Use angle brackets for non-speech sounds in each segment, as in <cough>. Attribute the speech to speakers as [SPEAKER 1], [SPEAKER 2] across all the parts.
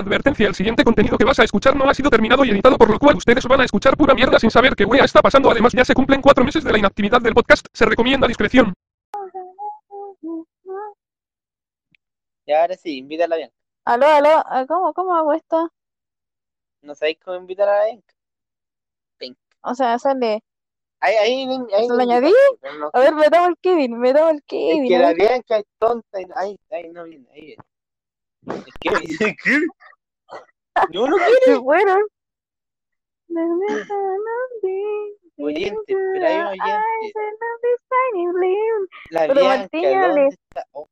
[SPEAKER 1] Advertencia, el siguiente contenido que vas a escuchar no ha sido terminado y editado por lo cual ustedes van a escuchar pura mierda sin saber qué wea está pasando. Además ya se cumplen cuatro meses de la inactividad del podcast, se recomienda discreción.
[SPEAKER 2] Y ahora sí, invítala bien.
[SPEAKER 3] Aló, aló, ah, ¿cómo, cómo hago esto?
[SPEAKER 2] ¿No sabéis cómo invitar a la Bianca?
[SPEAKER 3] O sea, sale.
[SPEAKER 2] Ahí, ahí, ahí, ahí
[SPEAKER 3] ¿Lo
[SPEAKER 2] le
[SPEAKER 3] añadí?
[SPEAKER 2] invitamos, pero no-
[SPEAKER 3] A ver, metamos el Kevin, metamos el
[SPEAKER 2] Es
[SPEAKER 3] Kevin.
[SPEAKER 2] que
[SPEAKER 3] a
[SPEAKER 2] la
[SPEAKER 3] ver.
[SPEAKER 2] Bianca es tonta. y- Ahí, ahí no viene, ahí viene. Es que ¿Qué? No, no quiere.
[SPEAKER 3] Se fueron. Na, na, na, na, di, di,
[SPEAKER 2] Oyente, pero hay un
[SPEAKER 3] I
[SPEAKER 2] oyente.
[SPEAKER 3] said no be funny, blue,
[SPEAKER 2] La
[SPEAKER 3] Pero
[SPEAKER 2] Bianca,
[SPEAKER 3] Martina,
[SPEAKER 2] ¿dónde
[SPEAKER 3] le-
[SPEAKER 2] está? Oh,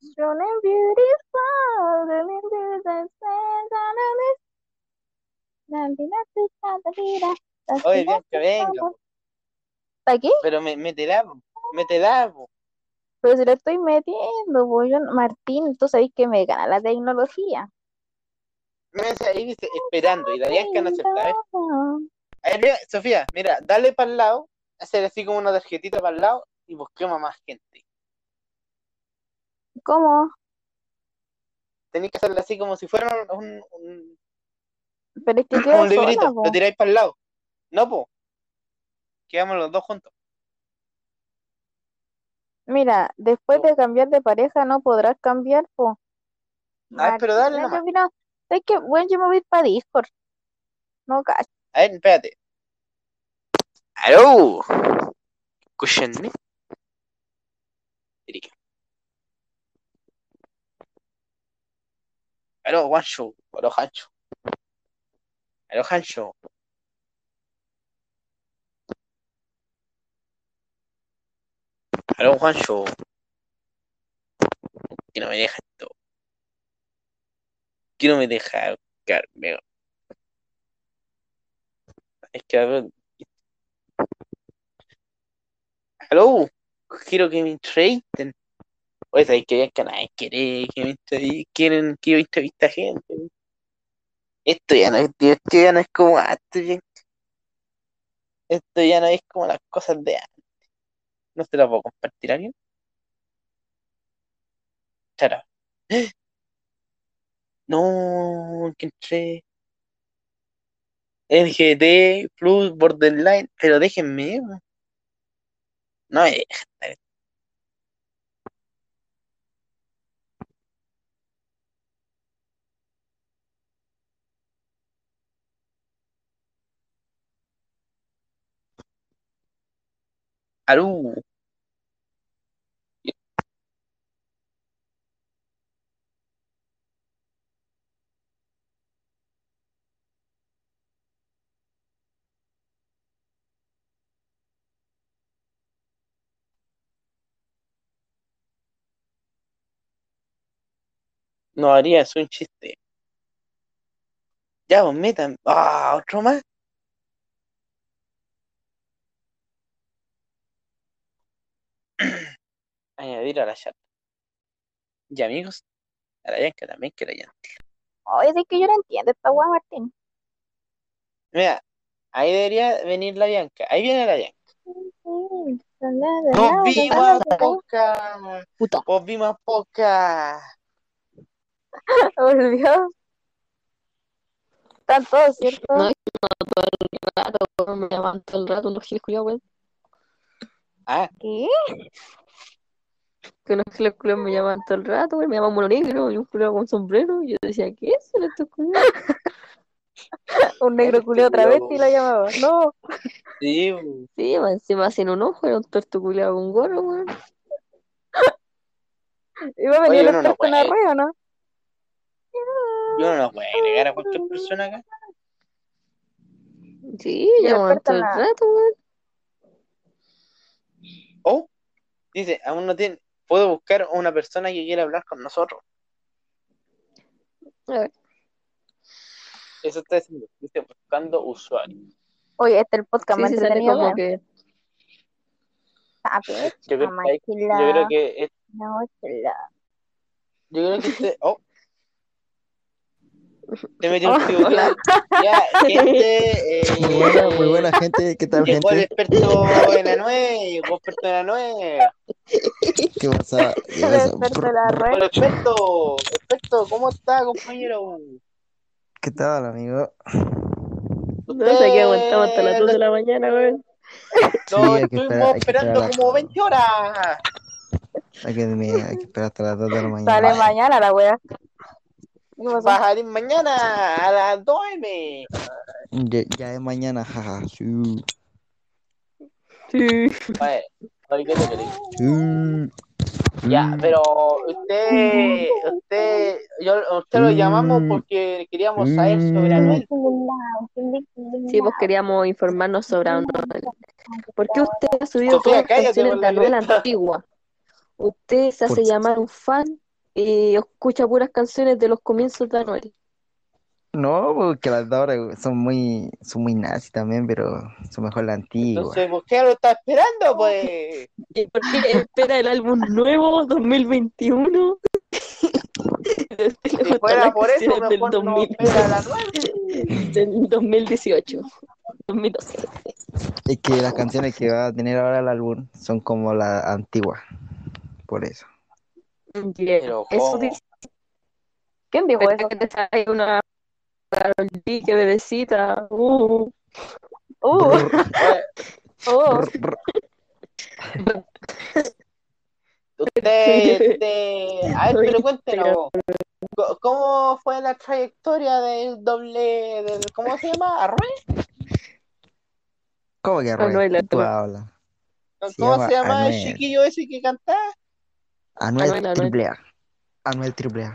[SPEAKER 3] strong and beautiful, the little that says I love you. Na, di, na, di, na, da, di, da, da,
[SPEAKER 2] Oye,
[SPEAKER 3] di, da,
[SPEAKER 2] Bianca,
[SPEAKER 3] di, da,
[SPEAKER 2] venga,
[SPEAKER 3] da.
[SPEAKER 2] po.
[SPEAKER 3] ¿Para qué?
[SPEAKER 2] pero me, métela, po, métela, po.
[SPEAKER 3] Pero si la estoy metiendo, po, yo no- Martín, tú sabes que me gana la tecnología.
[SPEAKER 2] No, esa- Ahí dice esperando. Y la Bianca no acepta. A ver,
[SPEAKER 3] No.
[SPEAKER 2] a ver, mira, Sofía, mira, dale para el lado, hacer así como una tarjetita para el lado y busquemos a más gente.
[SPEAKER 3] ¿Cómo?
[SPEAKER 2] Tenéis que hacerlo así como si fuera un- un,
[SPEAKER 3] Pero es que
[SPEAKER 2] <clears throat> Como
[SPEAKER 3] queda
[SPEAKER 2] <laughs> un librito,
[SPEAKER 3] sola,
[SPEAKER 2] lo
[SPEAKER 3] po.
[SPEAKER 2] tiráis para el lado. No, po. Quedamos los dos juntos.
[SPEAKER 3] Mira, después
[SPEAKER 2] Oh.
[SPEAKER 3] de cambiar de pareja no podrás cambiar, po.
[SPEAKER 2] Ay, pero dale
[SPEAKER 3] Martina,
[SPEAKER 2] nomás.
[SPEAKER 3] yo mira, es que, bueno, yo me voy para Discord. No, cacho.
[SPEAKER 2] A ver, espérate. ¡Aló! Escúchenme. Erika. Aló, Juancho. Aló, Hancho. Aló, Hancho. Aló, Juancho. Que no me deja esto. Que no me deja Carmen. Es que a ver. Aló, quiero que me entrevisten. Oye, sabéis que Bianca nadie quiere que me entrevisten. Quieren que yo entrevista a gente. Esto ya no es, esto ya no es como antes, Bianca. Esto ya no es como las cosas de antes. ¿No se la puedo compartir a alguien? Chara. <gasps> No, que entré. LGBT, Plus, Borderline, pero déjenme. po. No me dejan. dale. Aló. No haría, es un chiste. Ya, vos metan. Ah, otro más. <clears throat> Añadir a la chat. Y amigos, a la Bianca también que la Bianca.
[SPEAKER 3] Oye, es que yo no entiendo esta guay, Martín.
[SPEAKER 2] Mira, ahí debería venir la Bianca. Ahí viene la Bianca.
[SPEAKER 3] No
[SPEAKER 2] Nos vimos a poca.
[SPEAKER 3] Puta.
[SPEAKER 2] Nos vimos a poca.
[SPEAKER 3] Volvió. Están todos, ¿cierto?
[SPEAKER 4] No, rato, weón, me levanto el rato, unos giles culiados, weón.
[SPEAKER 2] Ah,
[SPEAKER 3] ¿Qué?
[SPEAKER 4] Que unos giles culiados me llaman todo el rato, weón. Me llaman mono negro y un culiado con sombrero. Y yo decía, ¿qué es estos
[SPEAKER 3] <laughs>
[SPEAKER 4] culiados?
[SPEAKER 3] Un negro
[SPEAKER 2] Este
[SPEAKER 3] culeo otra vez
[SPEAKER 2] culiao.
[SPEAKER 3] y lo llamaba. No,
[SPEAKER 2] sí. bu.
[SPEAKER 4] Sí, más encima hacen un ojo, era un tuerto culiado con gorro, weón.
[SPEAKER 3] iba a venir
[SPEAKER 2] Oye,
[SPEAKER 3] el
[SPEAKER 2] uno no
[SPEAKER 3] experto en
[SPEAKER 2] puede.
[SPEAKER 3] arreo, ¿no?
[SPEAKER 2] Yo no nos voy a agregar a cualquier persona acá.
[SPEAKER 4] Sí,
[SPEAKER 3] Y
[SPEAKER 4] llaman
[SPEAKER 3] despertan
[SPEAKER 4] todo el
[SPEAKER 3] a-
[SPEAKER 4] rato, weón.
[SPEAKER 2] Oh, dice, aún no tiene. Puedo buscar una persona que quiera hablar con nosotros.
[SPEAKER 4] A ver.
[SPEAKER 2] Eso está diciendo. Dice, buscando usuario.
[SPEAKER 3] Oye, este es el podcast
[SPEAKER 4] Sí,
[SPEAKER 3] más
[SPEAKER 4] sí, sale
[SPEAKER 3] entretenido.
[SPEAKER 4] como
[SPEAKER 3] weón.
[SPEAKER 4] que.
[SPEAKER 3] Ah, pues,
[SPEAKER 2] Yo creo,
[SPEAKER 3] mamá,
[SPEAKER 2] que, ahí- yo
[SPEAKER 3] chula.
[SPEAKER 2] creo que. es-
[SPEAKER 3] No, chula.
[SPEAKER 2] Yo creo que este. Oh. Se metió
[SPEAKER 4] <laughs>
[SPEAKER 2] un
[SPEAKER 4] Oh,
[SPEAKER 2] tío.
[SPEAKER 4] hola.
[SPEAKER 2] Ya, gente. eh,
[SPEAKER 5] Muy buena, muy buena gente. ¿Qué tal,
[SPEAKER 2] Llegó el
[SPEAKER 5] gente?
[SPEAKER 2] experto en la nueva. Llegó el experto en la nueva.
[SPEAKER 5] ¿Qué pasa? ¿Qué
[SPEAKER 3] El
[SPEAKER 5] pasa?
[SPEAKER 3] experto en arreo.
[SPEAKER 2] Hola, experto. Experto, ¿cómo está, compañero?
[SPEAKER 5] ¿Qué tal, amigo?
[SPEAKER 4] No, sé que aguantamos hasta
[SPEAKER 3] Eh,
[SPEAKER 4] las 2 de la mañana, weón.
[SPEAKER 2] No,
[SPEAKER 5] hay que
[SPEAKER 2] estuvimos
[SPEAKER 5] esperar- hay que
[SPEAKER 2] esperando
[SPEAKER 5] esperar a-
[SPEAKER 2] como 20 horas.
[SPEAKER 5] Hay que, mira, hay que esperar hasta las 2 de la
[SPEAKER 3] Sale
[SPEAKER 5] mañana.
[SPEAKER 3] mañana la wea. ¿Qué pasó?
[SPEAKER 2] Va a salir mañana a las 2 m.
[SPEAKER 5] Ya, ya es mañana, jaja. Sí,
[SPEAKER 4] Sí.
[SPEAKER 2] Oye, oye, ¿qué te crees?
[SPEAKER 5] sí.
[SPEAKER 2] Ya,
[SPEAKER 5] Mm,
[SPEAKER 2] pero usted, usted, yo, usted lo llamamos
[SPEAKER 5] Mm.
[SPEAKER 2] porque queríamos saber sobre
[SPEAKER 5] Mm.
[SPEAKER 2] Anuel.
[SPEAKER 4] Sí, vos queríamos informarnos sobre Anuel. ¿Por qué usted ha subido
[SPEAKER 2] Sofía,
[SPEAKER 4] todas las
[SPEAKER 2] cállate,
[SPEAKER 4] canciones de
[SPEAKER 2] por la
[SPEAKER 4] Anuel
[SPEAKER 2] cresta.
[SPEAKER 4] antigua? Usted se hace
[SPEAKER 5] Por-
[SPEAKER 4] llamar un fan y escucha puras canciones de los comienzos de Anuel.
[SPEAKER 5] No, porque las de ahora son muy, son muy nazis también, pero son mejor las antiguas.
[SPEAKER 2] Entonces, ¿por qué lo está esperando?
[SPEAKER 5] <laughs>
[SPEAKER 2] Pues,
[SPEAKER 4] ¿Y por qué espera el álbum nuevo <laughs> 2021?
[SPEAKER 2] si fuera por eso, mejor no espera a Anuel.
[SPEAKER 4] del 2018, 2012.
[SPEAKER 5] Es que las canciones que va a tener ahora el álbum son como las antiguas. Por eso.
[SPEAKER 4] Yeah,
[SPEAKER 2] Pero,
[SPEAKER 4] Eso
[SPEAKER 2] ¿cómo?
[SPEAKER 4] dice pues,
[SPEAKER 3] ¿Quién dijo eso?
[SPEAKER 4] que hay una Carol G, que bebecita. Uh,
[SPEAKER 3] Uh,
[SPEAKER 2] Oye,
[SPEAKER 4] Oh,
[SPEAKER 5] <laughs>
[SPEAKER 3] uh.
[SPEAKER 2] Usted, usted, Este, a
[SPEAKER 5] <laughs>
[SPEAKER 2] ver, pero cuéntenos, ¿cómo- ¿cómo fue la trayectoria del doble, del, ¿cómo se llama? ¿Arrué?
[SPEAKER 5] ¿Cómo que
[SPEAKER 4] Anuel,
[SPEAKER 5] Rey?
[SPEAKER 4] Anuel.
[SPEAKER 5] Tú hablas. Se
[SPEAKER 2] ¿Cómo
[SPEAKER 5] llama
[SPEAKER 2] se llama el
[SPEAKER 5] Anuel.
[SPEAKER 2] chiquillo ese que cantaba?
[SPEAKER 5] Anuel
[SPEAKER 4] Anuel, Anuel.
[SPEAKER 5] Triple A. Anuel Triple A.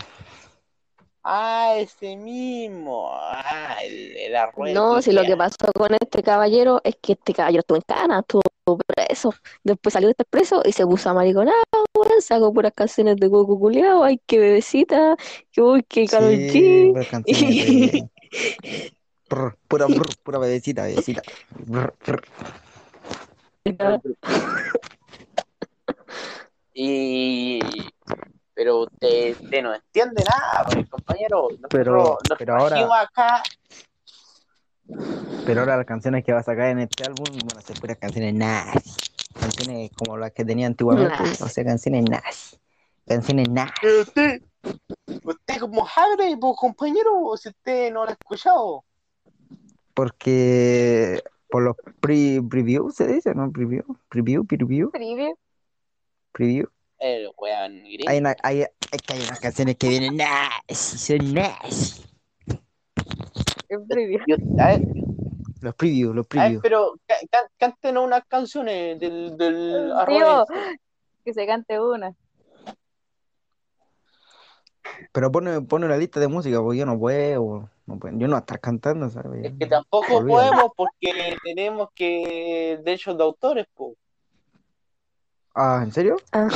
[SPEAKER 2] Ah, ese mismo. Ah, el, el Arrué.
[SPEAKER 4] No, si lo
[SPEAKER 2] ya.
[SPEAKER 4] que pasó con este caballero es que este caballero estuvo en cana, estuvo preso. Después salió de estar preso y se puso a mariconar, weón. Sacó puras canciones de Coco Culeado, ay, que bebecita, que uy, que Carol
[SPEAKER 5] Sí,
[SPEAKER 4] G.
[SPEAKER 5] <laughs> puras canciones de- Brr, Pura, brr, pura bebecita, bebecita. Brr, brr.
[SPEAKER 2] Y... Pero usted, usted no entiende nada, pues, compañero. Nosotros-
[SPEAKER 5] Pero-
[SPEAKER 2] nos
[SPEAKER 5] pero ahora-
[SPEAKER 2] trajimos acá.
[SPEAKER 5] Pero ahora las canciones que va a sacar en este álbum van a ser puras canciones nazis. Canciones como las que tenía antiguamente.
[SPEAKER 4] Nazis.
[SPEAKER 5] O sea, canciones nazis. Canciones nazis.
[SPEAKER 2] Pero usted, usted como Hagrid, pues, compañero, si usted no lo ha escuchado.
[SPEAKER 5] Porque por los pre preview se dice, ¿no? Preview, preview, preview,
[SPEAKER 3] Preview.
[SPEAKER 5] preview.
[SPEAKER 2] El weón gringo.
[SPEAKER 5] Hay una, hay, es que hay unas canciones que vienen nazis, son nazis.
[SPEAKER 3] Es preview.
[SPEAKER 2] Yo- a ver,
[SPEAKER 5] Los preview, los
[SPEAKER 2] a ver,
[SPEAKER 5] preview.
[SPEAKER 2] pero ca- ca- cántenos unas canciones del, del Arrué.
[SPEAKER 3] Tío, que se cante una.
[SPEAKER 5] Pero pone, pone una lista de música, porque yo no puedo, no puedo. Yo no voy a estar cantando, ¿sabes?
[SPEAKER 2] Es que tampoco
[SPEAKER 5] Olvídalo.
[SPEAKER 2] podemos porque tenemos que derechos de autores, po.
[SPEAKER 5] Ah, ¿en serio?
[SPEAKER 4] Ah.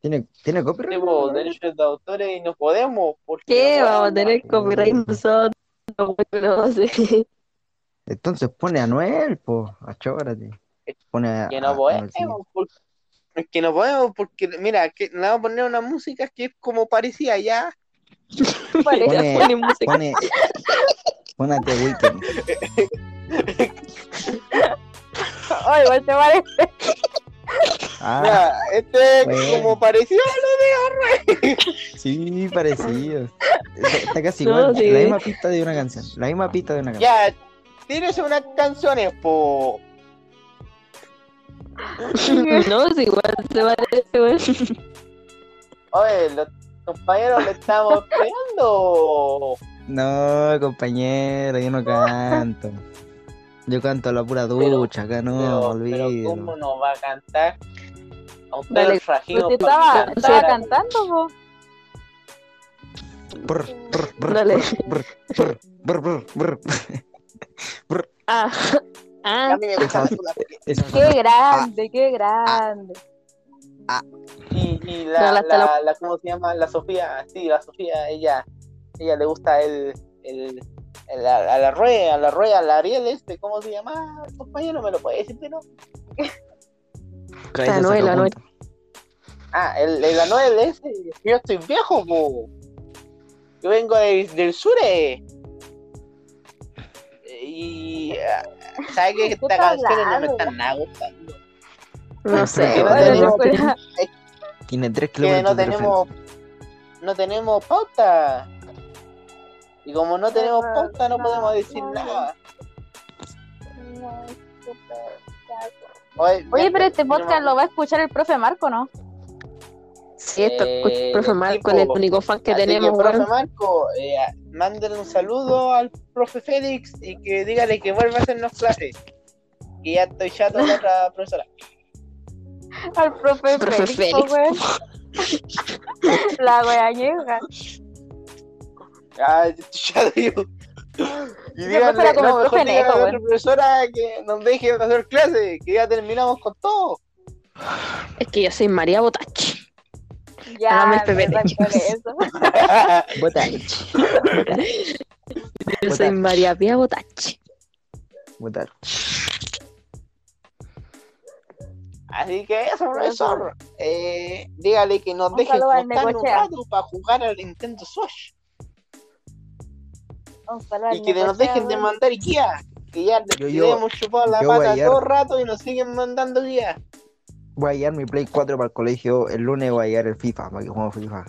[SPEAKER 5] ¿Tiene, ¿Tiene copyright?
[SPEAKER 2] Tenemos derechos de autores y no podemos porque
[SPEAKER 4] ¿Qué?
[SPEAKER 2] no
[SPEAKER 4] Vamos a
[SPEAKER 2] podemos.
[SPEAKER 4] tener copyright nosotros, <laughs> no sé.
[SPEAKER 5] Entonces pone a pues, Noel, po, achórate. Pone a,
[SPEAKER 2] Que
[SPEAKER 5] a-
[SPEAKER 2] no
[SPEAKER 5] a Noel, Ah, sí.
[SPEAKER 2] podemos porque, es que no podemos porque mira, que le vamos a poner una música que es como parecía ya.
[SPEAKER 3] ¿Cuál
[SPEAKER 2] pues,
[SPEAKER 4] <laughs>
[SPEAKER 3] es?
[SPEAKER 5] <laughs> Pone-
[SPEAKER 4] Pone música.
[SPEAKER 5] Pone, pone a The Weeknd.
[SPEAKER 3] Ay, igual te parece.
[SPEAKER 5] Ah,
[SPEAKER 2] Mira, este es
[SPEAKER 5] bueno.
[SPEAKER 2] como parecía a
[SPEAKER 5] sí, parecido. Está, está
[SPEAKER 4] <laughs>
[SPEAKER 5] casi
[SPEAKER 4] No,
[SPEAKER 5] igual.
[SPEAKER 4] sí.
[SPEAKER 5] La misma pista de una canción. La misma pista de una
[SPEAKER 2] lo de
[SPEAKER 5] canción.
[SPEAKER 2] Ya, tírese unas canciones, po.
[SPEAKER 4] No, si igual se parece, weón.
[SPEAKER 2] Oye, los compañeros le
[SPEAKER 4] <laughs>
[SPEAKER 2] estamos pegando.
[SPEAKER 5] No,
[SPEAKER 4] <laughs>
[SPEAKER 5] compañero, yo no canto. Yo canto la pura ducha, acá no,
[SPEAKER 2] pero, pero
[SPEAKER 5] olvídalo.
[SPEAKER 2] ¿cómo nos va a cantar? A usted
[SPEAKER 4] Dale,
[SPEAKER 2] lo trajimos
[SPEAKER 3] Usted
[SPEAKER 2] para
[SPEAKER 3] estaba,
[SPEAKER 2] que
[SPEAKER 3] estaba
[SPEAKER 2] cantara.
[SPEAKER 3] cantando, po.
[SPEAKER 5] Brr, brr, brr,
[SPEAKER 4] Dale.
[SPEAKER 5] brr, brr, brr, brr, brr.
[SPEAKER 4] Ah,
[SPEAKER 2] A
[SPEAKER 4] ah,
[SPEAKER 2] mí me gusta la-
[SPEAKER 5] Esa-
[SPEAKER 3] Qué grande, qué grande.
[SPEAKER 2] Y, y
[SPEAKER 4] No,
[SPEAKER 2] la,
[SPEAKER 4] la-
[SPEAKER 2] la,
[SPEAKER 4] hasta
[SPEAKER 2] la- ¿cómo se llama? La Sofía, sí, la Sofía, ella, ella le gusta el, el, el- a, a la rueda, a la rueda, a la Ariel este, ¿cómo se llama? Compañero, ¿me lo puede decir, pero?
[SPEAKER 5] esa
[SPEAKER 4] Anuel,
[SPEAKER 5] saca
[SPEAKER 4] Anuel.
[SPEAKER 5] punta.
[SPEAKER 2] Ah, el, el Anuel ese, yo estoy viejo, po. Yo vengo de- del sur, eh. Y, ah, ¿sabes que
[SPEAKER 3] ¿Qué
[SPEAKER 2] estas
[SPEAKER 3] está
[SPEAKER 2] canciones no me
[SPEAKER 3] hablando?
[SPEAKER 2] están nada gustando?
[SPEAKER 4] no sé,
[SPEAKER 5] Pero
[SPEAKER 4] weón,
[SPEAKER 5] dale,
[SPEAKER 4] no
[SPEAKER 2] no.
[SPEAKER 4] sé.
[SPEAKER 5] Tiene tres
[SPEAKER 2] Que
[SPEAKER 5] kilómetros
[SPEAKER 2] no
[SPEAKER 5] de
[SPEAKER 2] tenemos, no tenemos pauta. Y como no tenemos
[SPEAKER 3] Ah,
[SPEAKER 2] pauta, no podemos decir nada.
[SPEAKER 3] No, es súper chato.
[SPEAKER 2] Oye,
[SPEAKER 3] Oye, pero este podcast lo va a escuchar el profe Marco, ¿no?
[SPEAKER 4] Sí, esto escucha,
[SPEAKER 2] Eh,
[SPEAKER 4] profe
[SPEAKER 2] sí, po.
[SPEAKER 4] Marco es el único fan que
[SPEAKER 2] Así
[SPEAKER 4] tenemos,
[SPEAKER 2] profe
[SPEAKER 4] weón.
[SPEAKER 2] Marco, eh, manden un saludo al profe Félix y que dígale que vuelva a hacernos clases. Que ya estoy chato de otra profesora.
[SPEAKER 3] Al profe,
[SPEAKER 4] Profe
[SPEAKER 3] Félix, po, weón. La wea llega.
[SPEAKER 2] <laughs> Ah, estoy chato
[SPEAKER 3] <laughs>
[SPEAKER 2] yo. Y
[SPEAKER 3] Esa
[SPEAKER 2] díganle,
[SPEAKER 3] profesora como
[SPEAKER 2] no,
[SPEAKER 3] el profe
[SPEAKER 2] mejor díganle a
[SPEAKER 3] Neto,
[SPEAKER 2] la
[SPEAKER 3] weón.
[SPEAKER 2] otra profesora que nos deje de hacer clases, que ya terminamos con <laughs> todo.
[SPEAKER 4] Es que yo soy María Botachi.
[SPEAKER 3] Ya,
[SPEAKER 4] Hágame el PPT,
[SPEAKER 3] mierda, con
[SPEAKER 4] chicos.
[SPEAKER 3] eso.
[SPEAKER 5] Botach.
[SPEAKER 4] Yo soy
[SPEAKER 5] Botachi.
[SPEAKER 4] María Pía Botachi.
[SPEAKER 5] Botach.
[SPEAKER 2] Así que eso, profesor. Eh, dígale que nos
[SPEAKER 3] Un
[SPEAKER 2] deje
[SPEAKER 3] saludo al
[SPEAKER 2] flotar un
[SPEAKER 3] Necochea.
[SPEAKER 2] rato para jugar al Nintendo Switch.
[SPEAKER 3] Un saludo
[SPEAKER 2] Y
[SPEAKER 3] al
[SPEAKER 2] que nos
[SPEAKER 3] Necochea,
[SPEAKER 2] dejen de
[SPEAKER 3] weón.
[SPEAKER 2] mandar guía. Que ya le
[SPEAKER 5] Yo-
[SPEAKER 2] le
[SPEAKER 5] yo-
[SPEAKER 2] hemos chupado la
[SPEAKER 5] yo voy
[SPEAKER 2] pata
[SPEAKER 5] a ir.
[SPEAKER 2] todo el rato y nos siguen mandando guía.
[SPEAKER 5] Voy a llevar mi Play 4 para el colegio. El lunes voy a llevar el FIFA para que juguemos FIFA.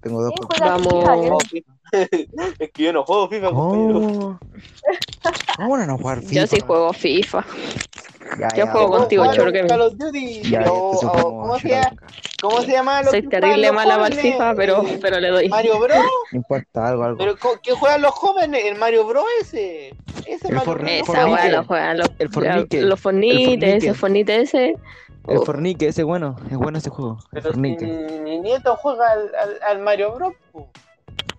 [SPEAKER 5] Tengo dos
[SPEAKER 3] ¿Quién juega
[SPEAKER 5] copias.
[SPEAKER 4] Vamos.
[SPEAKER 3] FIFA,
[SPEAKER 2] juego
[SPEAKER 3] weón?
[SPEAKER 2] FIFA. Oh, <laughs> es que yo no juego FIFA, compañero.
[SPEAKER 5] Oh. Ahora no jugar FIFA.
[SPEAKER 4] <laughs> Yo sí juego FIFA.
[SPEAKER 5] Ya,
[SPEAKER 4] yo
[SPEAKER 5] ya,
[SPEAKER 4] juego
[SPEAKER 5] ya,
[SPEAKER 4] contigo,
[SPEAKER 5] ya,
[SPEAKER 2] Jugar
[SPEAKER 4] Chorga.
[SPEAKER 2] al Call of Duty,
[SPEAKER 5] Ya,
[SPEAKER 2] o-
[SPEAKER 5] entonces
[SPEAKER 2] o-
[SPEAKER 5] jugamos
[SPEAKER 2] ¿cómo,
[SPEAKER 5] a
[SPEAKER 2] se llama,
[SPEAKER 5] Chubalanca.
[SPEAKER 2] ¿Cómo se llama? lo
[SPEAKER 4] Soy
[SPEAKER 2] que
[SPEAKER 4] terrible
[SPEAKER 2] juegan los
[SPEAKER 4] mala para el
[SPEAKER 2] jóvenes?
[SPEAKER 4] FIFA, pero,
[SPEAKER 2] Eh,
[SPEAKER 4] pero le doy.
[SPEAKER 2] Mario
[SPEAKER 4] <laughs>
[SPEAKER 2] Bros.
[SPEAKER 5] No importa, algo, algo.
[SPEAKER 2] ¿Pero co- qué juegan los jóvenes? El Mario Bros. ese. Ese
[SPEAKER 5] El
[SPEAKER 2] Mario
[SPEAKER 5] Fortnite,
[SPEAKER 2] Bros.
[SPEAKER 4] Esa
[SPEAKER 5] Fornite.
[SPEAKER 4] weá lo juegan los,
[SPEAKER 5] El Fornite.
[SPEAKER 4] los
[SPEAKER 5] El
[SPEAKER 4] fornites,
[SPEAKER 5] Fornite.
[SPEAKER 4] ese fornite ese.
[SPEAKER 5] El
[SPEAKER 4] Oh.
[SPEAKER 5] Fornique, ese es bueno. Es bueno ese juego. El
[SPEAKER 2] Pero si mi,
[SPEAKER 5] Fornique.
[SPEAKER 2] mi nieto juega al, al- al Mario Bros. po.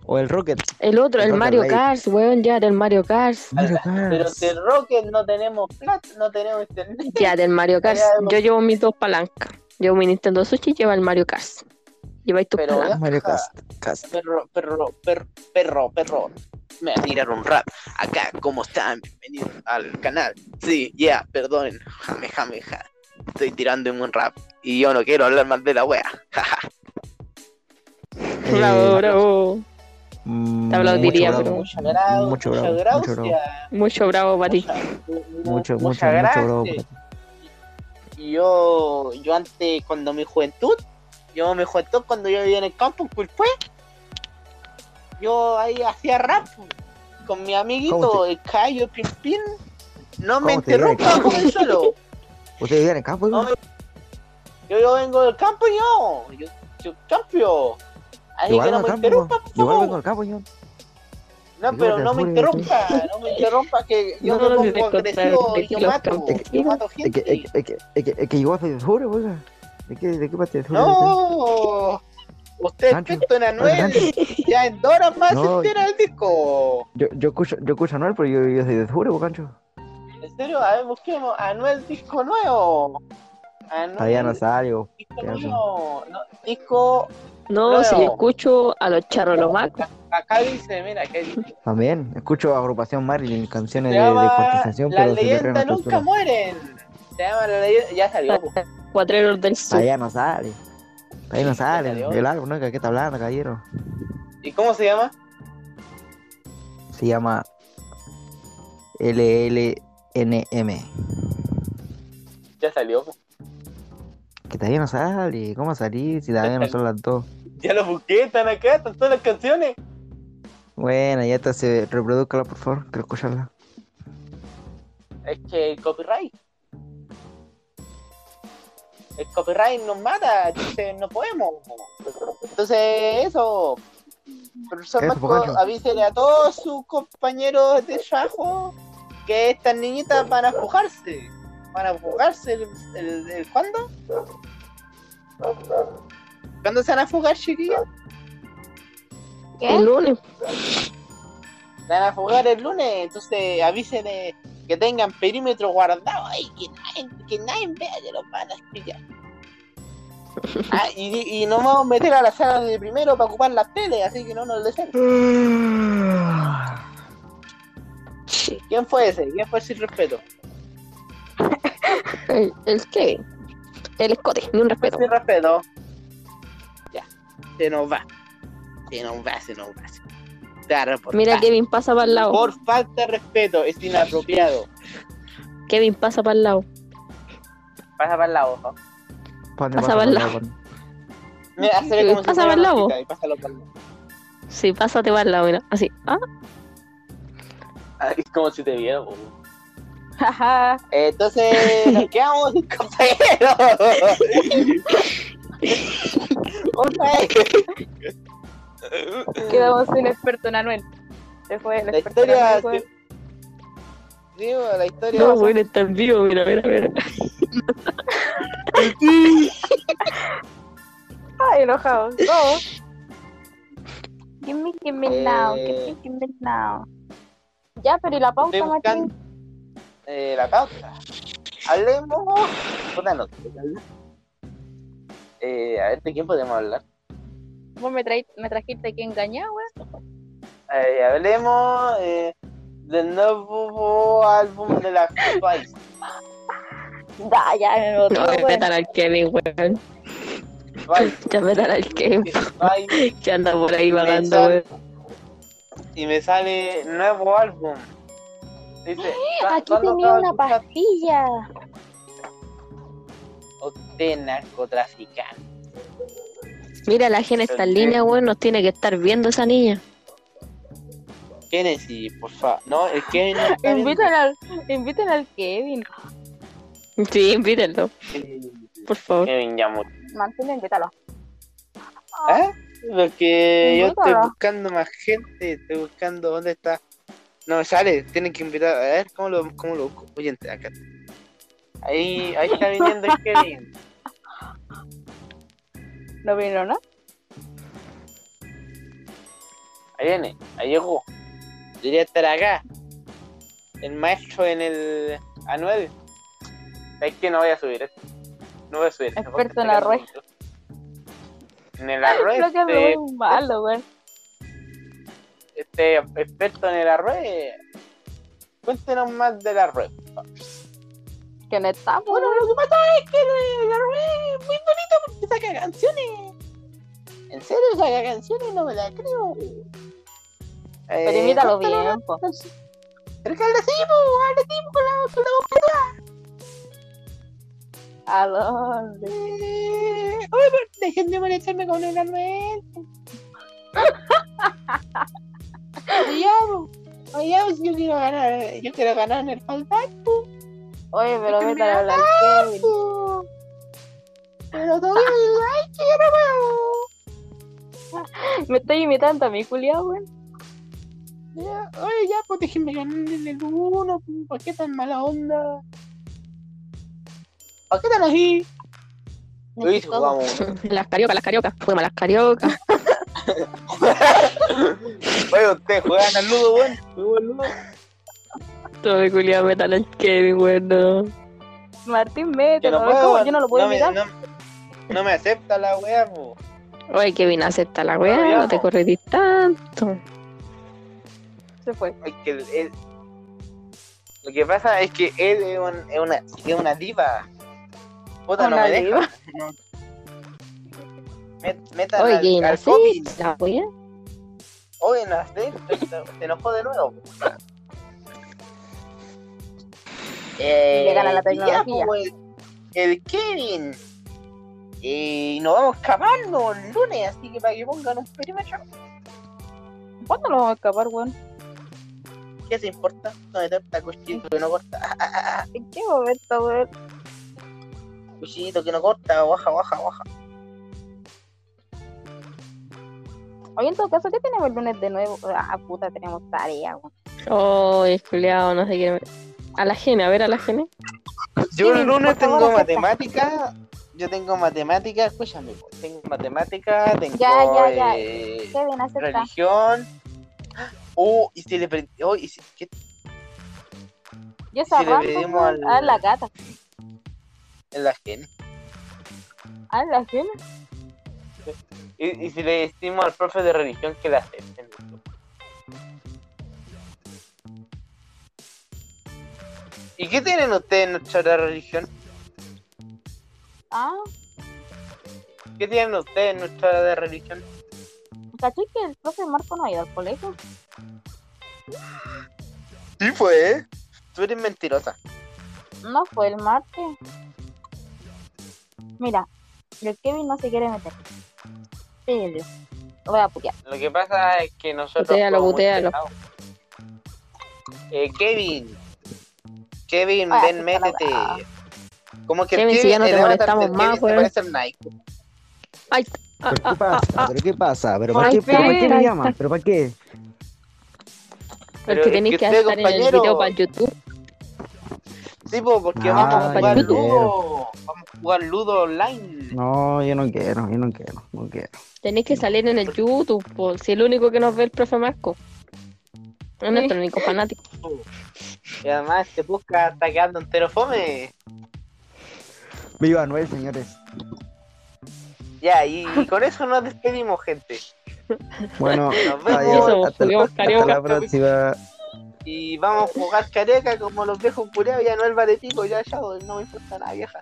[SPEAKER 5] O el Rocket.
[SPEAKER 4] El otro, el
[SPEAKER 5] Rocket
[SPEAKER 4] Mario
[SPEAKER 5] Raid.
[SPEAKER 4] Kart, weón, ya del Mario Kart.
[SPEAKER 5] Mario
[SPEAKER 2] Pero
[SPEAKER 5] Kart.
[SPEAKER 2] si el Rocket no tenemos plata, no tenemos internet.
[SPEAKER 4] Ya del Mario Kart.
[SPEAKER 2] Ya, ya.
[SPEAKER 4] Yo llevo mis dos palancas. Llevo mi Nintendo Switch y lleva el Mario Kart. Lleváis tus
[SPEAKER 2] Pero,
[SPEAKER 4] palancas.
[SPEAKER 5] Mario Kart. Kart.
[SPEAKER 2] Perro, perro, perro, perro, perro. Me va a tirar un rap. Acá, ¿cómo están? Bienvenidos al canal. Sí, ya, perdonen. Jame, jame, ja. Estoy tirando en un rap. Y yo no quiero hablar más de la wea.
[SPEAKER 5] Eh,
[SPEAKER 4] Bravo, bravo.
[SPEAKER 5] mm,
[SPEAKER 4] Te aplaudiría,
[SPEAKER 5] mucho
[SPEAKER 4] pero-
[SPEAKER 5] bravo,
[SPEAKER 2] Muchas gracias.
[SPEAKER 5] Mucho
[SPEAKER 2] muchas
[SPEAKER 5] bravo.
[SPEAKER 2] gracias.
[SPEAKER 5] Mucho bravo.
[SPEAKER 4] Mucho bravo para ti.
[SPEAKER 5] Mucho, mucho, mucho
[SPEAKER 2] muchas gracias.
[SPEAKER 5] bravo. pues.
[SPEAKER 2] Yo, yo antes, cuando mi juventud, yo mi juventud, cuando yo vivía en el campo, pues fue, yo ahí hacía rap con mi amiguito,
[SPEAKER 5] ¿Cómo
[SPEAKER 2] el Cayo Pimpín. No me
[SPEAKER 5] ¿Cómo te digo?
[SPEAKER 2] interrumpa, solo.
[SPEAKER 5] ¿Ustedes vivían en el campo?
[SPEAKER 2] No
[SPEAKER 5] hijo?
[SPEAKER 2] me- Yo, yo vengo del campo, yo. Yo, yo cambio. Así
[SPEAKER 5] Igual
[SPEAKER 2] que no me
[SPEAKER 5] vengo al campo.
[SPEAKER 2] interrumpa,
[SPEAKER 5] yo. Igual
[SPEAKER 2] po.
[SPEAKER 5] vengo al campo, yo.
[SPEAKER 2] No,
[SPEAKER 5] Yo
[SPEAKER 2] pero
[SPEAKER 5] te
[SPEAKER 2] no me
[SPEAKER 5] juro,
[SPEAKER 2] interrumpa, no me interrumpa, que yo
[SPEAKER 4] No,
[SPEAKER 2] me
[SPEAKER 4] no te
[SPEAKER 2] pongo
[SPEAKER 4] contar
[SPEAKER 2] agresivo
[SPEAKER 4] de
[SPEAKER 2] y yo
[SPEAKER 4] los
[SPEAKER 2] mato.
[SPEAKER 4] campesinos.
[SPEAKER 2] Yo mato
[SPEAKER 5] Es que,
[SPEAKER 2] gente.
[SPEAKER 5] es que, es que, es que, es que llegó a Sur, oiga. ¿De qué, de qué parte de Sur?
[SPEAKER 2] No, usted es
[SPEAKER 5] Nacho,
[SPEAKER 2] pito en
[SPEAKER 5] Oiga,
[SPEAKER 2] Anuel,
[SPEAKER 5] Sancho,
[SPEAKER 2] ya en dos horas más
[SPEAKER 5] No,
[SPEAKER 2] se entera el disco.
[SPEAKER 5] yo, yo escucho, yo escucho anual, pero yo, yo soy de Sur, Cancho.
[SPEAKER 2] En serio, a ver, busquemos Anuel disco nuevo. Ah, Anuel
[SPEAKER 5] Todavía Ah, no salgo.
[SPEAKER 2] disco
[SPEAKER 5] ya sé.
[SPEAKER 2] nuevo. No, disco,
[SPEAKER 4] No,
[SPEAKER 2] Bravo.
[SPEAKER 4] si escucho a los charolomacos.
[SPEAKER 2] acá dice, mira, acá dice.
[SPEAKER 5] También escucho agrupación Marilyn,
[SPEAKER 2] Se
[SPEAKER 5] canciones de, de
[SPEAKER 2] llama
[SPEAKER 5] cotización,
[SPEAKER 2] La
[SPEAKER 5] pero se le traen
[SPEAKER 2] leyenda
[SPEAKER 5] la
[SPEAKER 2] nunca
[SPEAKER 5] cultura.
[SPEAKER 2] mueren. Se llama La leyenda, ya salió. po.
[SPEAKER 4] Cuatreros del sur.
[SPEAKER 5] Todavía no sale. Todavía no sale.
[SPEAKER 2] salió.
[SPEAKER 5] El álbum, ¿no? ¿Qué está hablando, caballero?
[SPEAKER 2] ¿Y cómo se llama?
[SPEAKER 5] Se llama LLNM.
[SPEAKER 2] Ya salió. po.
[SPEAKER 5] Que todavía no sale. ¿Cómo va a salir si todavía no son las dos?
[SPEAKER 2] Ya lo busqué, están acá, están todas las canciones.
[SPEAKER 5] Bueno, ya está, se reproduzcala, por favor. Quiero escucharla.
[SPEAKER 2] Es que el copyright. El copyright nos mata, entonces no podemos. Entonces, eso. Profesor
[SPEAKER 5] Eso,
[SPEAKER 2] Marco,
[SPEAKER 5] Pocacho.
[SPEAKER 2] avísele a todos sus compañeros de trabajo que estas niñitas van a fugarse. Van a fugarse el, el- el- ¿Cuándo? ¿Cuándo se van a fugar, chiquillos?
[SPEAKER 3] ¿Qué?
[SPEAKER 4] El lunes.
[SPEAKER 2] Se van a fugar el lunes, entonces avísele que tengan perímetro guardado ahí, que nadie, que nadie vea que los van a
[SPEAKER 4] <laughs>
[SPEAKER 2] pillar. Ah, y, y nos vamos a meter a la sala de primero para ocupar las teles, así que no nos dejen. ¿Quién fue ese? ¿Quién fue sin respeto?
[SPEAKER 4] El, el qué? El escote, ni un respeto.
[SPEAKER 2] Sin respeto. Ya, se nos va. Se nos va, se nos va. Se te va a reportar.
[SPEAKER 4] Mira, Kevin pasa para el lado.
[SPEAKER 2] Por falta de respeto, es inapropiado.
[SPEAKER 4] Kevin pasa para el lado.
[SPEAKER 2] Pasa para el lado, ojo.
[SPEAKER 5] Ponle,
[SPEAKER 4] Pasa
[SPEAKER 5] ponle,
[SPEAKER 4] pa'l
[SPEAKER 5] ponle,
[SPEAKER 2] Mira, hazle como si
[SPEAKER 4] Pasa
[SPEAKER 2] fuera
[SPEAKER 4] pa'l
[SPEAKER 2] una
[SPEAKER 4] lado.
[SPEAKER 2] chica y pásalo pa'l lado.
[SPEAKER 5] ponle.
[SPEAKER 4] Si pasa, te va la buena. Así. Ah,
[SPEAKER 2] Ay, Es como si te viera, po.
[SPEAKER 3] Jaja.
[SPEAKER 2] Entonces, nos quedamos <laughs> sin
[SPEAKER 4] <laughs>
[SPEAKER 2] compañeros. Otra vez.
[SPEAKER 3] Quedamos sin experto en Anuel. Se fue el
[SPEAKER 2] La
[SPEAKER 3] experto en
[SPEAKER 2] historia.
[SPEAKER 3] Anuel, weón.
[SPEAKER 2] Sí, bueno, la historia.
[SPEAKER 4] pues. no, bueno, está en vivo. Mira, mira, mira.
[SPEAKER 3] Ay, enojado. No. Give me, give me now.
[SPEAKER 2] Eh.
[SPEAKER 3] Give me, give me now. Ya, pero ¿y la
[SPEAKER 2] Estoy
[SPEAKER 3] pausa,
[SPEAKER 2] buscando
[SPEAKER 3] Martín?
[SPEAKER 2] eh, la pauta. Hablemos. Puta, no sé qué hablar. Eh, a ver, ¿de quién podemos hablar?
[SPEAKER 3] Vos me, traí- me trajiste aquí engañado, weón.
[SPEAKER 2] Eh, hablemos eh, del nuevo álbum de la Spice.
[SPEAKER 3] Da, ya pues. me
[SPEAKER 2] <laughs>
[SPEAKER 3] botó,
[SPEAKER 4] <laughs> No, eh. me
[SPEAKER 3] weón.
[SPEAKER 4] metan al Kevin, weón.
[SPEAKER 2] Spice.
[SPEAKER 4] Ya metan al <laughs> Kevin.
[SPEAKER 2] Spice.
[SPEAKER 4] Que anda por ahí
[SPEAKER 2] Me
[SPEAKER 4] vagando,
[SPEAKER 2] sale-
[SPEAKER 4] weón.
[SPEAKER 2] y me sale nuevo álbum. Dice,
[SPEAKER 3] Ah, Aquí
[SPEAKER 2] ¿cuándo
[SPEAKER 3] tenía
[SPEAKER 2] acaba
[SPEAKER 3] una
[SPEAKER 2] tu chat?
[SPEAKER 3] pastilla.
[SPEAKER 2] Usted narcotraficante.
[SPEAKER 4] Mira, la gente está en
[SPEAKER 2] El
[SPEAKER 4] línea, weón. Nos tiene que estar viendo esa niña.
[SPEAKER 2] Kennedy, por favor. No, el Kennedy. no está
[SPEAKER 3] Inviten al, inviten al Kevin.
[SPEAKER 4] Sí, invítenlo,
[SPEAKER 2] viendo.
[SPEAKER 4] por favor.
[SPEAKER 2] Kevin ya murió.
[SPEAKER 3] Manténlo, invítalo.
[SPEAKER 2] ¿Ah? Porque yo estoy
[SPEAKER 3] Invítala.
[SPEAKER 2] buscando más gente, estoy buscando dónde está. No me sale, tienen que invitar. A ver, ¿cómo lo, cómo lo busco? Oye, ent- acá. Ahí, ahí está viniendo el Kevin.
[SPEAKER 3] ¿No vino, no?
[SPEAKER 2] Ahí viene, ahí llegó. Debería estar acá. El maestro en el anual. Es que no voy a subir esto. No voy a subir esto.
[SPEAKER 3] Experto
[SPEAKER 2] porque
[SPEAKER 3] en la
[SPEAKER 2] está
[SPEAKER 3] red.
[SPEAKER 2] quedando bonito. En el arroz.
[SPEAKER 3] Creo que es
[SPEAKER 2] este-
[SPEAKER 3] muy malo, weón.
[SPEAKER 2] este experto en el arroz, cuéntenos más del arroz.
[SPEAKER 3] Que no está, bueno.
[SPEAKER 2] lo que pasa es que el arroz es muy bonito porque saca canciones. ¿En serio saca canciones? No me la creo.
[SPEAKER 3] Pero
[SPEAKER 2] eh,
[SPEAKER 3] imítalo bien, po.
[SPEAKER 2] Pero que habla así, po, habla así, po, con la, con la boca.
[SPEAKER 3] ¿A dónde?
[SPEAKER 2] Eh, Oye, pero dejen de molestarme con el <laughs> arroz. Oye, oye, yo quiero ganar, yo quiero ganar en el fallback.
[SPEAKER 3] Oye, pero
[SPEAKER 2] que
[SPEAKER 3] métalo al Kevin.
[SPEAKER 2] Pero todavía
[SPEAKER 3] Ah.
[SPEAKER 2] ay, que yo no
[SPEAKER 3] Me estoy imitando a mi culiao, weón.
[SPEAKER 2] puedo. Ya, Oye, ya, pues déjenme ganar en el uno, pues, ¿por qué tan mala onda? ¿Por qué tan así? Luis, jugamos.
[SPEAKER 4] Las cariocas, las cariocas. Fuimos a las <laughs> cariocas.
[SPEAKER 2] Oye, ustedes juegan al ludo, weón. Juego al ludo.
[SPEAKER 4] No me culiaba, metan al Kevin, weón. No.
[SPEAKER 3] Martín,
[SPEAKER 2] Yo
[SPEAKER 3] mételo.
[SPEAKER 2] no
[SPEAKER 3] ¿ves cómo
[SPEAKER 2] puedo.
[SPEAKER 3] Yo no lo puedo
[SPEAKER 2] me,
[SPEAKER 3] imitar.
[SPEAKER 2] no, no me acepta la wea, po.
[SPEAKER 4] Oye, Kevin, acepta la
[SPEAKER 2] No,
[SPEAKER 4] weá,
[SPEAKER 2] ya,
[SPEAKER 4] no te
[SPEAKER 2] po.
[SPEAKER 4] corretís tanto.
[SPEAKER 3] Se fue.
[SPEAKER 2] Ay, que el- el- Lo que pasa es que él es, un- es una, es una diva. Puta, no
[SPEAKER 3] Una
[SPEAKER 2] me deja.
[SPEAKER 3] diva.
[SPEAKER 2] No. Met- metan
[SPEAKER 4] Oye,
[SPEAKER 2] al-
[SPEAKER 4] Kevin,
[SPEAKER 2] al Coppin.
[SPEAKER 4] acepta la weá.
[SPEAKER 2] Oye, no, se- se enojó de nuevo. Eh,
[SPEAKER 3] Le gana la
[SPEAKER 2] ya,
[SPEAKER 3] tecnología.
[SPEAKER 2] pues, el Kevin. Y nos vamos escapando el lunes, así que para que pongan un perímetro,
[SPEAKER 3] ¿Cuándo lo vamos a escapar, weón?
[SPEAKER 2] ¿qué se importa? No me importa cuchillito que no corta,
[SPEAKER 3] ¿En qué momento, weón?
[SPEAKER 2] cuchillito que no corta, baja, baja, baja.
[SPEAKER 3] Oye, en todo caso, ¿qué tenemos el lunes de nuevo? Ah, puta, tenemos tarea, weón.
[SPEAKER 4] Oye, culiado, Oh, no sé qué. A la gene, a ver a la gene.
[SPEAKER 2] Yo el
[SPEAKER 3] Kevin,
[SPEAKER 2] lunes
[SPEAKER 3] por favor,
[SPEAKER 2] tengo
[SPEAKER 3] acepta.
[SPEAKER 2] matemática, yo tengo matemática, escúchame, pues, tengo matemática, tengo
[SPEAKER 3] Ya, ya, ya.
[SPEAKER 2] eh,
[SPEAKER 3] Kevin, acepta.
[SPEAKER 2] religión. Oh, y si le pre- oh, y si- ¿qué
[SPEAKER 3] Yo
[SPEAKER 2] si le
[SPEAKER 3] cerrando
[SPEAKER 2] pedimos
[SPEAKER 3] weón,
[SPEAKER 2] al-
[SPEAKER 3] a la gata.
[SPEAKER 2] en la gente?
[SPEAKER 3] A Ah, la gente.
[SPEAKER 2] Y, y si le decimos al profe de religión que la acepten. ¿Y qué tienen ustedes en nuestra hora de religión?
[SPEAKER 3] Ah,
[SPEAKER 2] ¿Qué tienen ustedes en nuestra hora de religión?
[SPEAKER 3] ¿cachai que el profe Marco no ha ido al colegio?
[SPEAKER 2] Sí, pues. Tú eres mentirosa.
[SPEAKER 3] No fue el martes. Mira, el Kevin no se quiere meter. Pero
[SPEAKER 4] voy a putear.
[SPEAKER 2] Lo que pasa es que nosotros.
[SPEAKER 4] Butéalo,
[SPEAKER 2] como muy
[SPEAKER 4] butéalo.
[SPEAKER 2] pegados. Eh, Kevin. Kevin,
[SPEAKER 3] Ah,
[SPEAKER 2] ven,
[SPEAKER 3] sí,
[SPEAKER 2] métete.
[SPEAKER 3] está la-
[SPEAKER 2] Como que el
[SPEAKER 4] Kevin, si ya no te
[SPEAKER 2] el avatar
[SPEAKER 4] molestamos
[SPEAKER 2] del
[SPEAKER 4] más,
[SPEAKER 2] Kevin se
[SPEAKER 4] weón.
[SPEAKER 2] parece al Nike.
[SPEAKER 4] Ay, ah,
[SPEAKER 5] ¿Pero
[SPEAKER 4] ah,
[SPEAKER 5] qué pasa? ¿Pero qué pasa? ¿Pero para
[SPEAKER 4] Ay,
[SPEAKER 5] qué, pero para qué
[SPEAKER 4] espera,
[SPEAKER 5] me
[SPEAKER 4] ahí
[SPEAKER 5] llaman? ¿Pero para qué?
[SPEAKER 2] Pero
[SPEAKER 4] porque
[SPEAKER 2] es
[SPEAKER 4] tenéis
[SPEAKER 2] que
[SPEAKER 4] que,
[SPEAKER 2] usted,
[SPEAKER 4] estar en el
[SPEAKER 2] compañero-
[SPEAKER 4] video para el YouTube.
[SPEAKER 2] Sí, po, porque
[SPEAKER 5] Ah,
[SPEAKER 2] vamos a jugar
[SPEAKER 4] compañero.
[SPEAKER 2] Ludo. Vamos a jugar Ludo online.
[SPEAKER 5] No, yo no quiero, yo no quiero, no quiero.
[SPEAKER 4] Tenéis que salir en el YouTube, po, si el único que nos ve el profe Marco. Es nuestro único fanático.
[SPEAKER 2] Y además este podcast está quedando entero fome.
[SPEAKER 5] Viva Anuel, señores.
[SPEAKER 2] Ya,
[SPEAKER 4] <laughs>
[SPEAKER 2] y con eso nos despedimos, gente. <laughs>
[SPEAKER 5] Bueno,
[SPEAKER 2] Nos vemos.
[SPEAKER 5] adiós,
[SPEAKER 4] Eso,
[SPEAKER 5] hasta,
[SPEAKER 4] juguemos
[SPEAKER 5] hasta
[SPEAKER 4] carioca.
[SPEAKER 5] la próxima.
[SPEAKER 2] Y vamos a jugar careca como los viejos cureados. Ya no el vale pico, ya, ya, no me importa nada, vieja.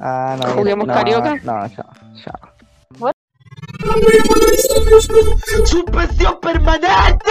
[SPEAKER 5] Ah, no,
[SPEAKER 4] Juguemos
[SPEAKER 5] no,
[SPEAKER 4] carioca.
[SPEAKER 5] No, chao, chao.
[SPEAKER 6] ¡Suspensión permanente!